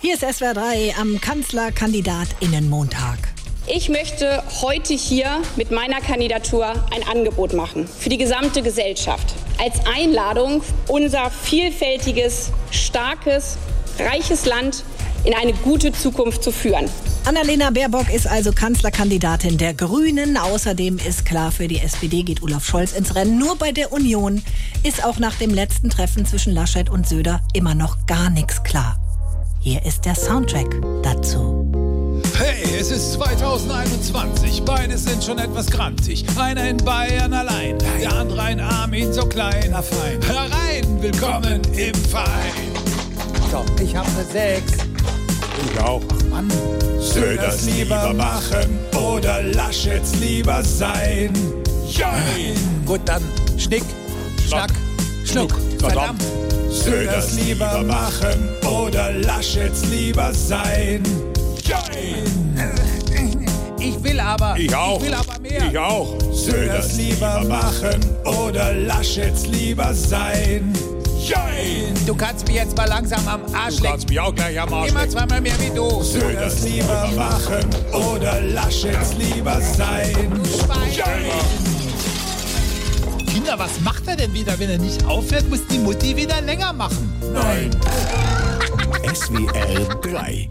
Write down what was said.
Hier ist SWR 3 am Kanzlerkandidatinnenmontag. Ich möchte heute hier mit meiner Kandidatur ein Angebot machen für die gesamte Gesellschaft. Als Einladung, unser vielfältiges, starkes, reiches Land in eine gute Zukunft zu führen. Annalena Baerbock ist also Kanzlerkandidatin der Grünen. Außerdem ist klar, für die SPD geht Olaf Scholz ins Rennen. Nur bei der Union ist auch nach dem letzten Treffen zwischen Laschet und Söder immer noch gar nichts klar. Hier ist der Soundtrack dazu. Hey, es ist 2021, beide sind schon etwas grantig. Einer in Bayern allein, der andere ein Armin, so kleiner Fein. Herein, willkommen im Verein. Doch, ich hab ne 6. Ich auch. Ach Mann. Söders lieber machen oder Laschets lieber sein. Jein. Gut, dann Schnick, Schnack, Schnuck. Verdammt. Söders lieber machen oder Laschets lieber sein. Jein. Ich will aber. Ich auch. will aber mehr. Ich auch. Söders lieber machen oder Laschets lieber sein. Jein. Du kannst mich jetzt mal langsam am Arsch lecken. mich auch gleich am Arsch Immer zweimal mehr wie du. Söders lieber machen oder Laschets lieber sein. Kinder, was macht er denn wieder? Wenn er nicht aufhört, muss die Mutti wieder länger machen. Nein. SWR 3.